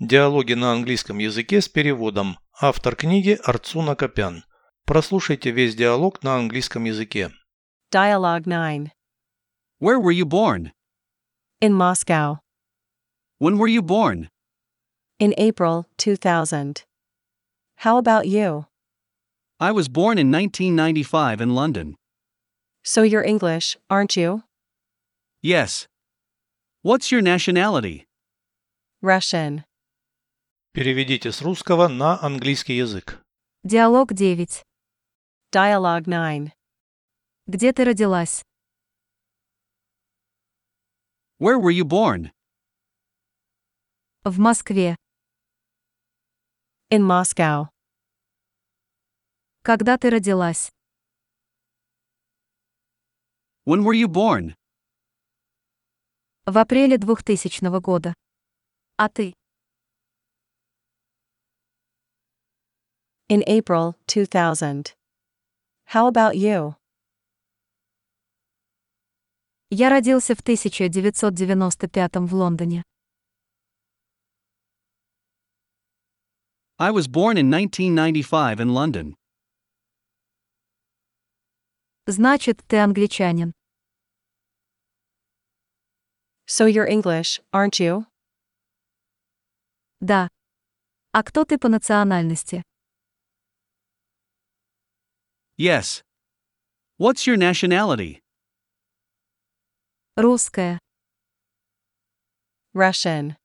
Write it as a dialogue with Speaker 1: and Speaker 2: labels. Speaker 1: Диалоги на английском языке с переводом. Автор книги Арцуна Копян. Прослушайте весь диалог на английском языке.
Speaker 2: Dialogue 9.
Speaker 3: Where were you born?
Speaker 2: In Moscow.
Speaker 3: When were you born?
Speaker 2: In April 2000. How about you?
Speaker 3: I was born in 1995 in London.
Speaker 2: So you're English, aren't you?
Speaker 3: Yes. What's your nationality?
Speaker 2: Russian.
Speaker 1: Переведите с русского на английский язык.
Speaker 4: Диалог 9.
Speaker 2: Dialogue 9.
Speaker 4: Где ты родилась?
Speaker 3: Where were you born?
Speaker 4: В Москве.
Speaker 2: In Moscow.
Speaker 4: Когда ты родилась?
Speaker 3: When were you born?
Speaker 4: В апреле 2000 года. А ты?
Speaker 2: In April 2000. How about you?
Speaker 4: Я родился в 1995 в Лондоне.
Speaker 3: I was born in 1995 in London.
Speaker 4: Значит, ты англичанин.
Speaker 2: So you're English, aren't you?
Speaker 4: Да. А кто ты по национальности?
Speaker 3: Yes. What's your nationality?
Speaker 4: Русская.
Speaker 2: Russian.